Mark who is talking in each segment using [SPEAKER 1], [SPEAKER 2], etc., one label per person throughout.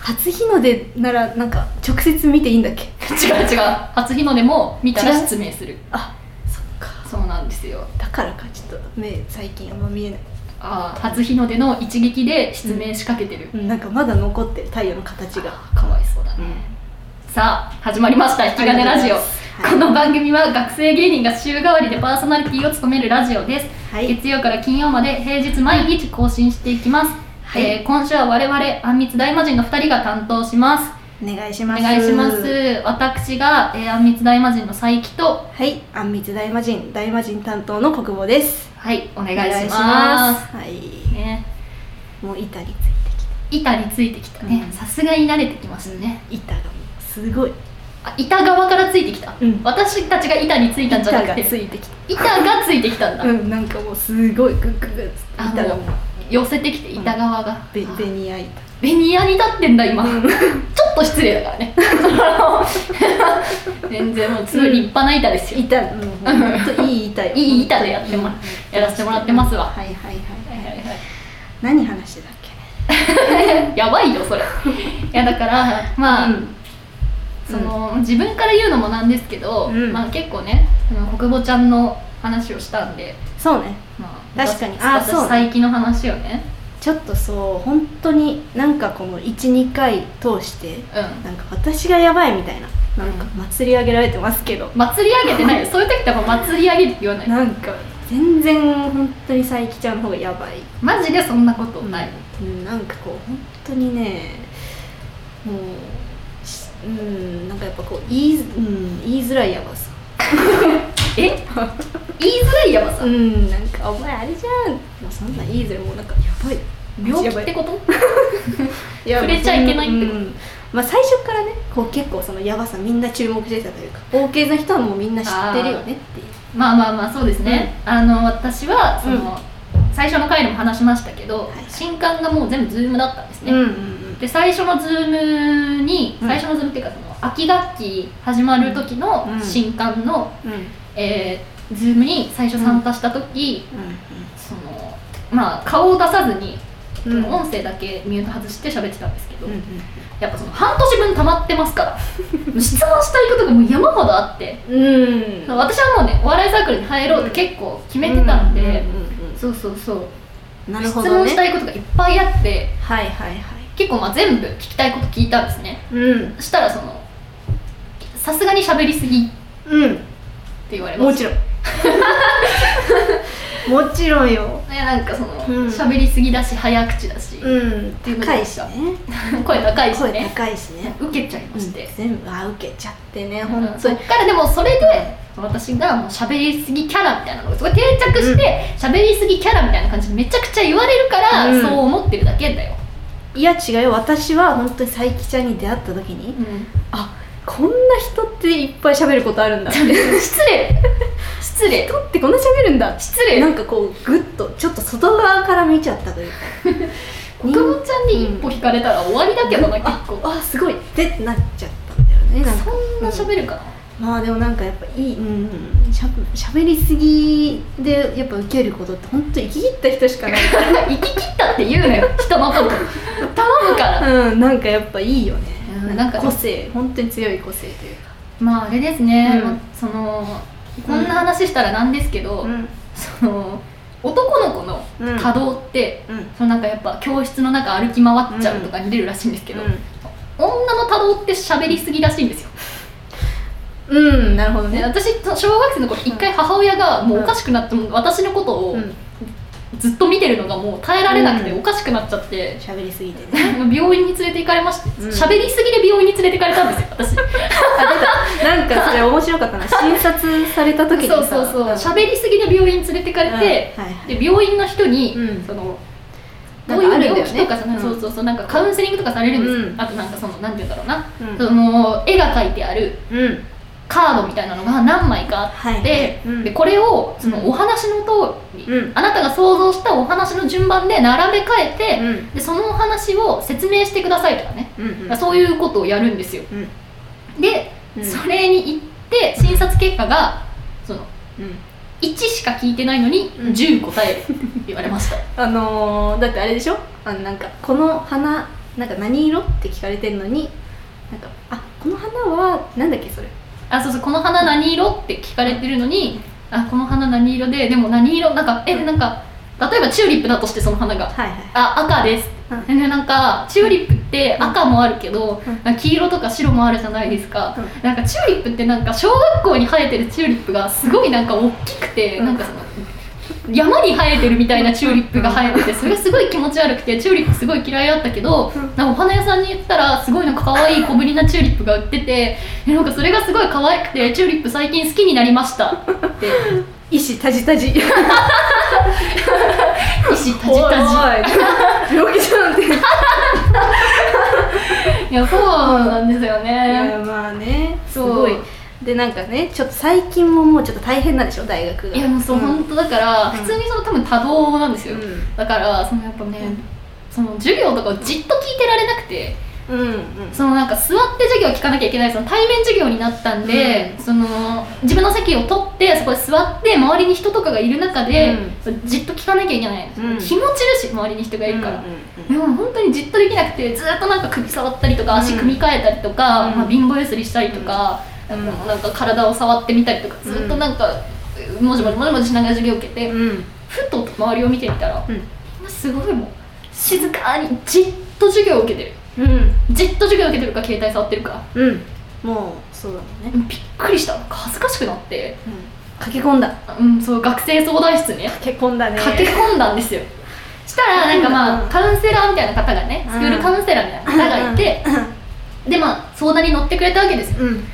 [SPEAKER 1] 初日の出ならなんか直接見ていいんだっけ
[SPEAKER 2] 違う違う初日の出も見たら失明する
[SPEAKER 1] そっか
[SPEAKER 2] そうなんですよ
[SPEAKER 1] だからかちょっと目最近あんま見えない
[SPEAKER 2] あー初日の出の一撃で失明しかけてる、
[SPEAKER 1] うんなんかまだ残ってる太陽の形が
[SPEAKER 2] あーかわいそうだね、
[SPEAKER 1] ん
[SPEAKER 2] さあ始まりました「引き金ラジオ」
[SPEAKER 1] ありがとうござい
[SPEAKER 2] こ
[SPEAKER 1] ます
[SPEAKER 2] の番組は学生芸人が週替わりでパーソナリティを務めるラジオです、
[SPEAKER 1] はい、はい
[SPEAKER 2] 月曜から金曜まで平日毎日更新していきます、
[SPEAKER 1] はい
[SPEAKER 2] えー今週は我々あんみつ大魔神の2人が担当します
[SPEAKER 1] お願いし
[SPEAKER 2] お
[SPEAKER 1] ます
[SPEAKER 2] 願いします私が、えー、あんみつ大魔神の佐伯と
[SPEAKER 1] はいあんみつ大魔神大魔神担当の国母です
[SPEAKER 2] はいお願
[SPEAKER 1] お
[SPEAKER 2] いします
[SPEAKER 1] はい
[SPEAKER 2] ね
[SPEAKER 1] もう板について
[SPEAKER 2] 板についてきたね
[SPEAKER 1] うん
[SPEAKER 2] さすがに慣れてきましたね、
[SPEAKER 1] きて板がもうすごい
[SPEAKER 2] あ板側からついてきた、
[SPEAKER 1] うん
[SPEAKER 2] 私たちが板についたんじゃなく
[SPEAKER 1] が
[SPEAKER 2] て
[SPEAKER 1] ついてきて
[SPEAKER 2] 板がついてきたんだ、
[SPEAKER 1] うんなんかもうすごいグッグッグッつって
[SPEAKER 2] あ
[SPEAKER 1] 板がもう
[SPEAKER 2] 寄せてきて板側が、
[SPEAKER 1] ベ
[SPEAKER 2] あ
[SPEAKER 1] ベニヤ板
[SPEAKER 2] ベニヤに立ってんだ今、ちょっと失礼だからね 全然もう普通立派な板ですよ、
[SPEAKER 1] 板もうほんといい板よ
[SPEAKER 2] いい板でやってもらやらせてもらってますわ
[SPEAKER 1] はいはいはい
[SPEAKER 2] はいはいはい
[SPEAKER 1] 何話してたっけね
[SPEAKER 2] やばいよそれいやだからまあ、
[SPEAKER 1] うん
[SPEAKER 2] その自分から言うのもなんですけど、
[SPEAKER 1] うん
[SPEAKER 2] まあ、結構ねあの国母ちゃんの話をしたんで、
[SPEAKER 1] そうね
[SPEAKER 2] まあ、
[SPEAKER 1] 確かにあ
[SPEAKER 2] 私
[SPEAKER 1] そう
[SPEAKER 2] 私最近の話をね
[SPEAKER 1] ちょっとそう本当になんかこの12回通して
[SPEAKER 2] うん
[SPEAKER 1] なんか私がやばいみたいななんか
[SPEAKER 2] う
[SPEAKER 1] 祭り上げられてますけど、
[SPEAKER 2] 祭り上げてないそういう時ってもう祭り上げるって言わない
[SPEAKER 1] なんか全然本当に佐伯ちゃんの方がやばい、
[SPEAKER 2] マジでそんなことない、
[SPEAKER 1] うん、なんかこう本当にねもうしうんなんかやっぱこう言い,、うん、言いづらいやばさ
[SPEAKER 2] え言いづらいやばさ、
[SPEAKER 1] うんなんか「お前あれじゃん」もうそんなん言いづらいもうなんかやばい
[SPEAKER 2] 病気
[SPEAKER 1] やば
[SPEAKER 2] っ
[SPEAKER 1] い
[SPEAKER 2] てこと
[SPEAKER 1] や
[SPEAKER 2] 触れちゃいけないってこと
[SPEAKER 1] うんまあ、最初からねこう結構そのやばさみんな注目してたというか OK な人はもうみんな知ってるよねっていう
[SPEAKER 2] まあまあまあそうですね、あの私はその、最初の回でも話しましたけど、
[SPEAKER 1] はい
[SPEAKER 2] 新刊がもう全部ズームだったんですね、
[SPEAKER 1] うんうん
[SPEAKER 2] で最初のズームに
[SPEAKER 1] うん
[SPEAKER 2] 最初のズームっていうかその秋学期始まる時の
[SPEAKER 1] うん
[SPEAKER 2] 新刊の、
[SPEAKER 1] うんうん
[SPEAKER 2] えーズームに最初参加した時、そのまあ顔を出さずに、
[SPEAKER 1] うんうん
[SPEAKER 2] 音声だけミュート外して喋ってたんですけど、
[SPEAKER 1] うん
[SPEAKER 2] やっぱその半年分溜まってますから 質問したいことがもう山ほどあって
[SPEAKER 1] うんうん
[SPEAKER 2] 私はもうねお笑いサークルに入ろうって結構決めてたんで、
[SPEAKER 1] うんうん
[SPEAKER 2] そうそうそう、
[SPEAKER 1] うんなる
[SPEAKER 2] 質
[SPEAKER 1] ほど
[SPEAKER 2] 問
[SPEAKER 1] ね
[SPEAKER 2] したいことがいっぱいあって
[SPEAKER 1] はいはいはい
[SPEAKER 2] 結構まあ全部聞きたいこと聞いたんですね
[SPEAKER 1] うん
[SPEAKER 2] そしたらそのさすがに喋りすぎって
[SPEAKER 1] う
[SPEAKER 2] 言われ
[SPEAKER 1] ん
[SPEAKER 2] ま
[SPEAKER 1] も
[SPEAKER 2] し
[SPEAKER 1] ち ろんもちろんよ
[SPEAKER 2] たねなんかその
[SPEAKER 1] うん
[SPEAKER 2] 喋、りすぎだし早口だし、
[SPEAKER 1] うん
[SPEAKER 2] ていうこと
[SPEAKER 1] 高
[SPEAKER 2] で
[SPEAKER 1] い
[SPEAKER 2] し
[SPEAKER 1] したね
[SPEAKER 2] 声高いし
[SPEAKER 1] 声
[SPEAKER 2] ね
[SPEAKER 1] 高いしね
[SPEAKER 2] 受けちゃいまして、
[SPEAKER 1] 全部あ受けちゃってね
[SPEAKER 2] うん
[SPEAKER 1] 本当
[SPEAKER 2] そ
[SPEAKER 1] に
[SPEAKER 2] っからでもそれで私がもう喋りすぎキャラみたいなのがすごい定着して喋、りすぎキャラみたいな感じでめちゃくちゃ言われるから、
[SPEAKER 1] うん
[SPEAKER 2] そう思ってるだけだよ、
[SPEAKER 1] いや違うよ私は本当に佐伯ちゃんに出会った時にあこんな人っていっぱい喋ることあるんだ 人
[SPEAKER 2] 失礼失礼
[SPEAKER 1] ってこんな喋るんだ
[SPEAKER 2] 失礼
[SPEAKER 1] なんかこうグッとちょっと外側から見ちゃったというか
[SPEAKER 2] 国分ちゃんに一歩引かれたら終わりだけどな、結構
[SPEAKER 1] あすごいってなっちゃったんだよねなんか
[SPEAKER 2] そんな喋るかな、
[SPEAKER 1] まあでもなんかやっぱいいうんうんしゃ喋りすぎでやっぱ受けることって本当に生き切った人しかないか
[SPEAKER 2] 行き切ったって言うのよ人のこと頼むから
[SPEAKER 1] ら うんなんかやっぱいいよね、
[SPEAKER 2] うん
[SPEAKER 1] なんか個性本当に強い個性というか
[SPEAKER 2] まああれですね、
[SPEAKER 1] うん
[SPEAKER 2] まあそのこんな話したらなんですけど、
[SPEAKER 1] ん
[SPEAKER 2] その男の子の
[SPEAKER 1] うん
[SPEAKER 2] 多動って、
[SPEAKER 1] うん
[SPEAKER 2] そのなんかやっぱ教室の中歩き回っちゃうとかに出るらしいんですけど、女の多動って喋りすぎらしいんですよ、
[SPEAKER 1] うん、うん、なるほど
[SPEAKER 2] で
[SPEAKER 1] ね
[SPEAKER 2] 私その小学生の頃一回母親がもうおかしくなって、私のことを
[SPEAKER 1] うん
[SPEAKER 2] ずっと見てるのがもう耐えられなくて
[SPEAKER 1] うん
[SPEAKER 2] おかしくなっちゃって、
[SPEAKER 1] 喋りすぎてね
[SPEAKER 2] 病院に連れて行かれまして
[SPEAKER 1] うん
[SPEAKER 2] 喋、りすぎで病院に連れて行かれたんですよ私
[SPEAKER 1] なんかそれ面白かったな診察された時に
[SPEAKER 2] そ
[SPEAKER 1] さ
[SPEAKER 2] うそうそう
[SPEAKER 1] なんか
[SPEAKER 2] 喋りすぎで病院に連れて行かれて、
[SPEAKER 1] うんはいはい
[SPEAKER 2] で病院の人に、
[SPEAKER 1] うん
[SPEAKER 2] その
[SPEAKER 1] な
[SPEAKER 2] ど
[SPEAKER 1] ん
[SPEAKER 2] う
[SPEAKER 1] かあ
[SPEAKER 2] い
[SPEAKER 1] る
[SPEAKER 2] うん
[SPEAKER 1] だよね
[SPEAKER 2] 病気とかじゃない、
[SPEAKER 1] うん
[SPEAKER 2] そうそうそうなんかカウンセリングとかされるんですよ、
[SPEAKER 1] うん
[SPEAKER 2] あとなんかそのなんて言うんだろうな、
[SPEAKER 1] うん
[SPEAKER 2] その絵が描いてある
[SPEAKER 1] うん
[SPEAKER 2] カードみたいなのが何枚かあって、
[SPEAKER 1] はいうん
[SPEAKER 2] でこれをそのお話の通り、
[SPEAKER 1] うん
[SPEAKER 2] あなたが想像したお話の順番で並べ替えて、
[SPEAKER 1] うん
[SPEAKER 2] でそのお話を説明してくださいとかね、
[SPEAKER 1] うん
[SPEAKER 2] そういうことをやるんですよ
[SPEAKER 1] うんうん
[SPEAKER 2] で、
[SPEAKER 1] うん
[SPEAKER 2] それに行って診察結果がその1しか聞いてないのに
[SPEAKER 1] うん
[SPEAKER 2] 10答えるって言われました、
[SPEAKER 1] あのー、だってあれでしょあのなんかこの花なんか何色って聞かれてるのになんかあこの花はなんだっけそれ
[SPEAKER 2] あそうそうこの花何色って聞かれてるのにあこの花何色ででも何色なんかえなんか例えばチューリップだとしてその花が
[SPEAKER 1] はいはい
[SPEAKER 2] あ赤です、
[SPEAKER 1] うん
[SPEAKER 2] でなんかチューリップって赤もあるけど、
[SPEAKER 1] うん
[SPEAKER 2] なんか黄色とか白もあるじゃないですか、
[SPEAKER 1] うん
[SPEAKER 2] なんかチューリップってなんか小学校に生えてるチューリップがすごいなんか大きくて、
[SPEAKER 1] うん
[SPEAKER 2] なんかその山に生えてるみたいなチューリップが生えててそれがすごい気持ち悪くてチューリップすごい嫌いだったけど、
[SPEAKER 1] うん
[SPEAKER 2] なんかお花屋さんに行ったらすごいなんか可愛い小ぶりなチューリップが売っててえなんかそれがすごい可愛くてチューリップ最近好きになりましたって
[SPEAKER 1] 意思たじたじ
[SPEAKER 2] 意思たじたじ。
[SPEAKER 1] じ病気じゃん ってい
[SPEAKER 2] いやそうなんですよね
[SPEAKER 1] やまあねす
[SPEAKER 2] そう
[SPEAKER 1] ごいでなんかねちょっと最近ももうちょっと大変なんでしょ大学が
[SPEAKER 2] いやもうそう、
[SPEAKER 1] ん
[SPEAKER 2] 本当だから、
[SPEAKER 1] うん
[SPEAKER 2] 普通にその多分多動なんですよ、
[SPEAKER 1] うん
[SPEAKER 2] だからそのやっぱね、
[SPEAKER 1] うん
[SPEAKER 2] その授業とかをじっと聞いてられなくて
[SPEAKER 1] うんうん
[SPEAKER 2] そのなんか座って授業聞かなきゃいけないその対面授業になったんで、その自分の席を取ってそこで座って周りに人とかがいる中で、じっと聞かなきゃいけない、
[SPEAKER 1] うん
[SPEAKER 2] 気持ちるし周りに人がいるから、
[SPEAKER 1] うんうんうん
[SPEAKER 2] でも本当にじっとできなくてずっとなんか首触ったりとか
[SPEAKER 1] うん
[SPEAKER 2] 足組み替えたりとか、
[SPEAKER 1] うん
[SPEAKER 2] まあ、貧乏ゆすりしたりとか、
[SPEAKER 1] うん
[SPEAKER 2] なんかなんか体を触ってみたりとか
[SPEAKER 1] うん
[SPEAKER 2] ずっとなんか、もじもじもじもじしながら授業を受けて、
[SPEAKER 1] うん
[SPEAKER 2] ふと周りを見てみたら、
[SPEAKER 1] う
[SPEAKER 2] み
[SPEAKER 1] ん
[SPEAKER 2] んなすごいもう静かにじっと授業を受けてる
[SPEAKER 1] うん
[SPEAKER 2] じっと授業を受けてるか携帯触ってるか
[SPEAKER 1] うんもうそうだもんね、
[SPEAKER 2] びっくりしたなんか恥ずかしくなって、
[SPEAKER 1] 駆け込んだ
[SPEAKER 2] うん、そう学生相談室ね
[SPEAKER 1] 駆け込んだね
[SPEAKER 2] 駆け込んだんですよしたらなんかまあ、
[SPEAKER 1] うん
[SPEAKER 2] カウンセラーみたいな方がね
[SPEAKER 1] うん
[SPEAKER 2] スクールカウンセラーみたいな方がいて、でまあ相談に乗ってくれたわけですよ
[SPEAKER 1] うんうん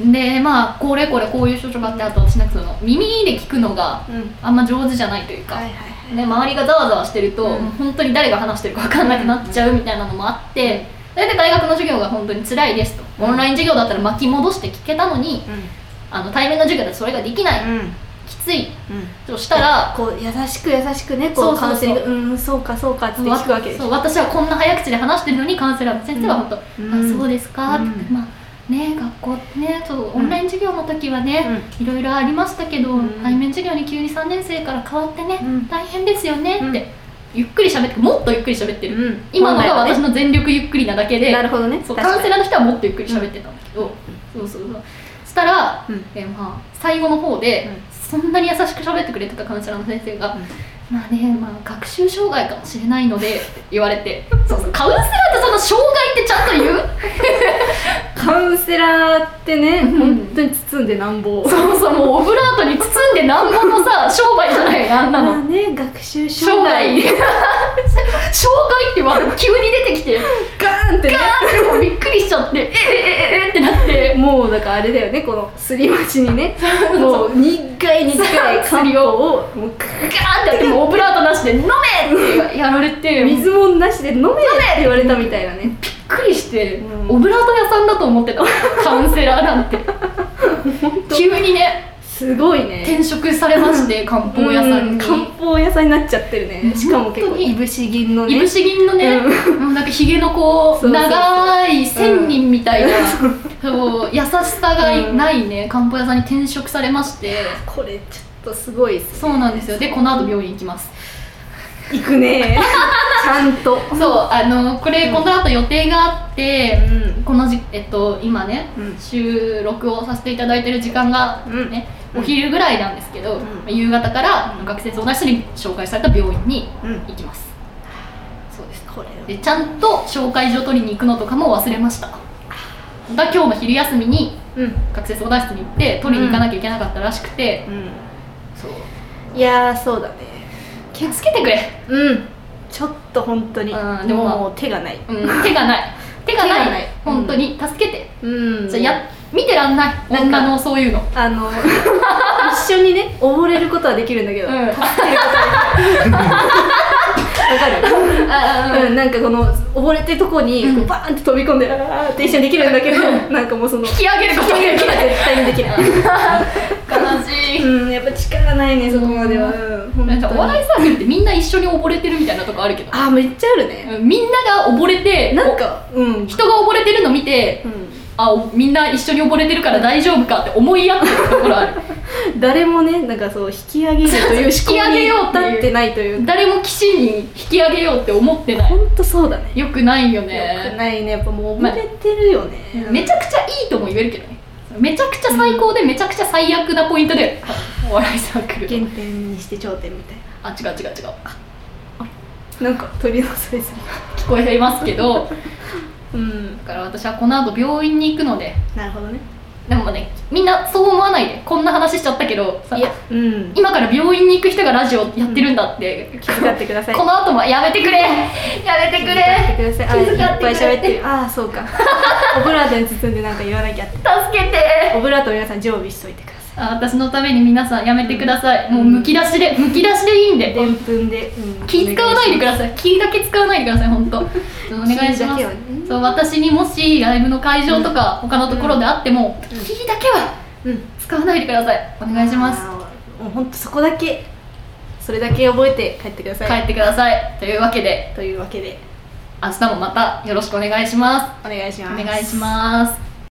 [SPEAKER 2] でまあこれこれこういう症状があってあと私なんかその耳で聞くのがあんま上手じゃないというか、
[SPEAKER 1] はいはいはい
[SPEAKER 2] ね、周りがざわざわしてると、
[SPEAKER 1] うん
[SPEAKER 2] もう本当に誰が話してるか分かんなくなっちゃうみたいなのもあって、それで大学の授業が本当に辛いですと、
[SPEAKER 1] うん
[SPEAKER 2] オンライン授業だったら巻き戻して聞けたのにあの対面の授業でそれができない、
[SPEAKER 1] うんうん
[SPEAKER 2] きつい
[SPEAKER 1] うん
[SPEAKER 2] としたら
[SPEAKER 1] こう優しく優しくねこ
[SPEAKER 2] そううそうそう
[SPEAKER 1] カウンセリングうんそうかそうかって聞くわけでし
[SPEAKER 2] そう
[SPEAKER 1] ょ
[SPEAKER 2] 私はこんな早口で話してるのにカウンセラーの先生は本当、
[SPEAKER 1] うん
[SPEAKER 2] あそうですか、
[SPEAKER 1] うん
[SPEAKER 2] ってまあね学校ってねそうオンライン授業の時はね、いろいろありましたけど、
[SPEAKER 1] うん
[SPEAKER 2] 対面授業に急に3年生から変わってね、
[SPEAKER 1] うん
[SPEAKER 2] 大変ですよねって、
[SPEAKER 1] うん
[SPEAKER 2] ゆっくり喋ってもっとゆっくり喋ってる、
[SPEAKER 1] うん
[SPEAKER 2] 今のが
[SPEAKER 1] 本来は
[SPEAKER 2] 私
[SPEAKER 1] ね
[SPEAKER 2] の全力ゆっくりなだけで
[SPEAKER 1] なるほどね
[SPEAKER 2] そう
[SPEAKER 1] 確
[SPEAKER 2] カウン
[SPEAKER 1] か
[SPEAKER 2] セ
[SPEAKER 1] に
[SPEAKER 2] ラーの人はもっとゆっくり喋ってたんだけど、そうそうそうそしたら、
[SPEAKER 1] うん
[SPEAKER 2] えーまあ、最後の方で、
[SPEAKER 1] うん
[SPEAKER 2] そんなに優しく喋ってくれてたカウンセラーの先生が、
[SPEAKER 1] うん
[SPEAKER 2] まあね、まあ、学習障害かもしれないのでって言われてそうそうカウンセラーってその障害ってちゃんと言
[SPEAKER 1] カ
[SPEAKER 2] う
[SPEAKER 1] ウンセラーってね
[SPEAKER 2] うん
[SPEAKER 1] 本当に包んでなんぼ
[SPEAKER 2] そうそうもうオブラートに包んでなんぼのさ商売じゃないあんな
[SPEAKER 1] まあ
[SPEAKER 2] の
[SPEAKER 1] ね学習
[SPEAKER 2] 障
[SPEAKER 1] 障害
[SPEAKER 2] 害障害ってワード急に出てきて
[SPEAKER 1] ガーンってね
[SPEAKER 2] もうびっくりしちゃってえええええってなって
[SPEAKER 1] もうだからあれだよねこのすり鉢にねもう苦い苦い
[SPEAKER 2] そう
[SPEAKER 1] 漢方をもうガ
[SPEAKER 2] ガーンってやってもうオブラートなしで飲めってやられて
[SPEAKER 1] ー
[SPEAKER 2] びっ
[SPEAKER 1] 水もんなしで飲めって言われたみたいなね
[SPEAKER 2] くりして、
[SPEAKER 1] うん
[SPEAKER 2] オブラート屋さんだと思っ てたカウンセラーなんて
[SPEAKER 1] 当
[SPEAKER 2] 急にね
[SPEAKER 1] すごいね
[SPEAKER 2] 転職されまして漢方屋さんに
[SPEAKER 1] 漢方屋さんになっちゃってるねしかも結構
[SPEAKER 2] 本当に
[SPEAKER 1] いぶし銀の
[SPEAKER 2] いぶ
[SPEAKER 1] ね
[SPEAKER 2] し銀のね、
[SPEAKER 1] う
[SPEAKER 2] もうなんかひげのこ
[SPEAKER 1] そううそうそう
[SPEAKER 2] 長い仙人みたい な、そう優しさがい
[SPEAKER 1] うん
[SPEAKER 2] ないね漢方屋さんに転職されまして
[SPEAKER 1] これちょっとすごいっす
[SPEAKER 2] そうなんですよでこの後病院行きます
[SPEAKER 1] 行く ねちゃんと
[SPEAKER 2] そうあのこれ
[SPEAKER 1] うん
[SPEAKER 2] この後予定があって、
[SPEAKER 1] うん
[SPEAKER 2] このじ、えっと、今ね、
[SPEAKER 1] うん
[SPEAKER 2] 収録をさせていただいてる時間が、
[SPEAKER 1] うん
[SPEAKER 2] ね
[SPEAKER 1] うん
[SPEAKER 2] お昼ぐらいなんですけ
[SPEAKER 1] う
[SPEAKER 2] ど、
[SPEAKER 1] ん
[SPEAKER 2] 夕方から学生相談室に紹介された病院に
[SPEAKER 1] うん
[SPEAKER 2] 行きます、そうです
[SPEAKER 1] これは
[SPEAKER 2] でちゃんと紹介状取りに行くのとかも忘れましただ今日の昼休みに
[SPEAKER 1] うん
[SPEAKER 2] 学生相談室に行って取りに行かなきゃいけなかったらしくて、
[SPEAKER 1] うんいやーそうだね
[SPEAKER 2] 助けてくれ、
[SPEAKER 1] うんちょっと本当に
[SPEAKER 2] うんでもまあ
[SPEAKER 1] もう手がない
[SPEAKER 2] うん、手がない手がない
[SPEAKER 1] 手がない
[SPEAKER 2] 本当に、助けて
[SPEAKER 1] うん
[SPEAKER 2] じゃあや見てらんない
[SPEAKER 1] なんか
[SPEAKER 2] 女のそういうの
[SPEAKER 1] あの一緒にね溺れることはできるんだけど、
[SPEAKER 2] うん
[SPEAKER 1] 助けることはできないわかる、うん、なんかこの溺れてるとこに
[SPEAKER 2] うん
[SPEAKER 1] こうバーンって飛び込んで、あーって一緒にできるんだけど、なんかもうその
[SPEAKER 2] 引き上げることができない
[SPEAKER 1] 絶対にできない
[SPEAKER 2] 悲しい
[SPEAKER 1] うんやっぱ力ないねそこまでは、うん、本
[SPEAKER 2] なんかお笑
[SPEAKER 1] い
[SPEAKER 2] いサークルってみんな一緒に溺れてるみたいなとこあるけど
[SPEAKER 1] あーめっちゃあるね、
[SPEAKER 2] うんみんなが溺れて
[SPEAKER 1] なんかうん、うん、
[SPEAKER 2] 人が溺れてる の見てあおみんな一緒に溺れてるから大丈夫かって思い合ってるところある
[SPEAKER 1] 誰もねなんかそう引き上げるという
[SPEAKER 2] そう
[SPEAKER 1] 思考
[SPEAKER 2] 引き上げ
[SPEAKER 1] に
[SPEAKER 2] ようっていう
[SPEAKER 1] 至ってないというか
[SPEAKER 2] 誰も岸に引き上げようって思ってない
[SPEAKER 1] 本当そうだね
[SPEAKER 2] よくないよ
[SPEAKER 1] よく
[SPEAKER 2] ね
[SPEAKER 1] ないねやっぱもう溺れてるよね、
[SPEAKER 2] めちゃくちゃいいとも言えるけどねめちゃくちゃ最高でめちゃくちゃ最悪なポイントでお笑いサーク
[SPEAKER 1] 原
[SPEAKER 2] ル
[SPEAKER 1] 点にして頂点みたい
[SPEAKER 2] あ違う違う違う
[SPEAKER 1] ななんか取り出されそう
[SPEAKER 2] 聞こえますけど
[SPEAKER 1] うん
[SPEAKER 2] だから私はこの後病院に行くので
[SPEAKER 1] なるほどね
[SPEAKER 2] でもねみんなそう思わないでこんな話しちゃったけどさ
[SPEAKER 1] いやうん
[SPEAKER 2] 今から病院に行く人がラジオやってるんだって、
[SPEAKER 1] 気遣ってください
[SPEAKER 2] この後も やめてくれやめてくれ
[SPEAKER 1] 気遣ってください
[SPEAKER 2] 気遣ってくれ
[SPEAKER 1] あいっぱい喋ってるああそう かオブラートに包んでなんか言わなきゃって
[SPEAKER 2] 助けて
[SPEAKER 1] オブラートを皆さん常備しといてくださ
[SPEAKER 2] あ私のために皆さんやめてください、
[SPEAKER 1] うん
[SPEAKER 2] もうむき出しでむき出しでいいん
[SPEAKER 1] い
[SPEAKER 2] で
[SPEAKER 1] でんぷんで、うん、
[SPEAKER 2] 気使わないでくだ
[SPEAKER 1] い
[SPEAKER 2] さい気だけ使わないでください本当 お願いし
[SPEAKER 1] 気だ
[SPEAKER 2] ま
[SPEAKER 1] け
[SPEAKER 2] す
[SPEAKER 1] はね
[SPEAKER 2] そう私にもしライブの会場とか他のところであっても、
[SPEAKER 1] うん
[SPEAKER 2] 気だけは
[SPEAKER 1] うん
[SPEAKER 2] 使わないでくださいお願いします
[SPEAKER 1] すもうほんとそこだけそれだけ覚えて帰ってください、
[SPEAKER 2] 帰ってくださいというわけで
[SPEAKER 1] というわけで
[SPEAKER 2] 明日もまたよろしくお願いします
[SPEAKER 1] お願いし
[SPEAKER 2] お
[SPEAKER 1] ます
[SPEAKER 2] 願いします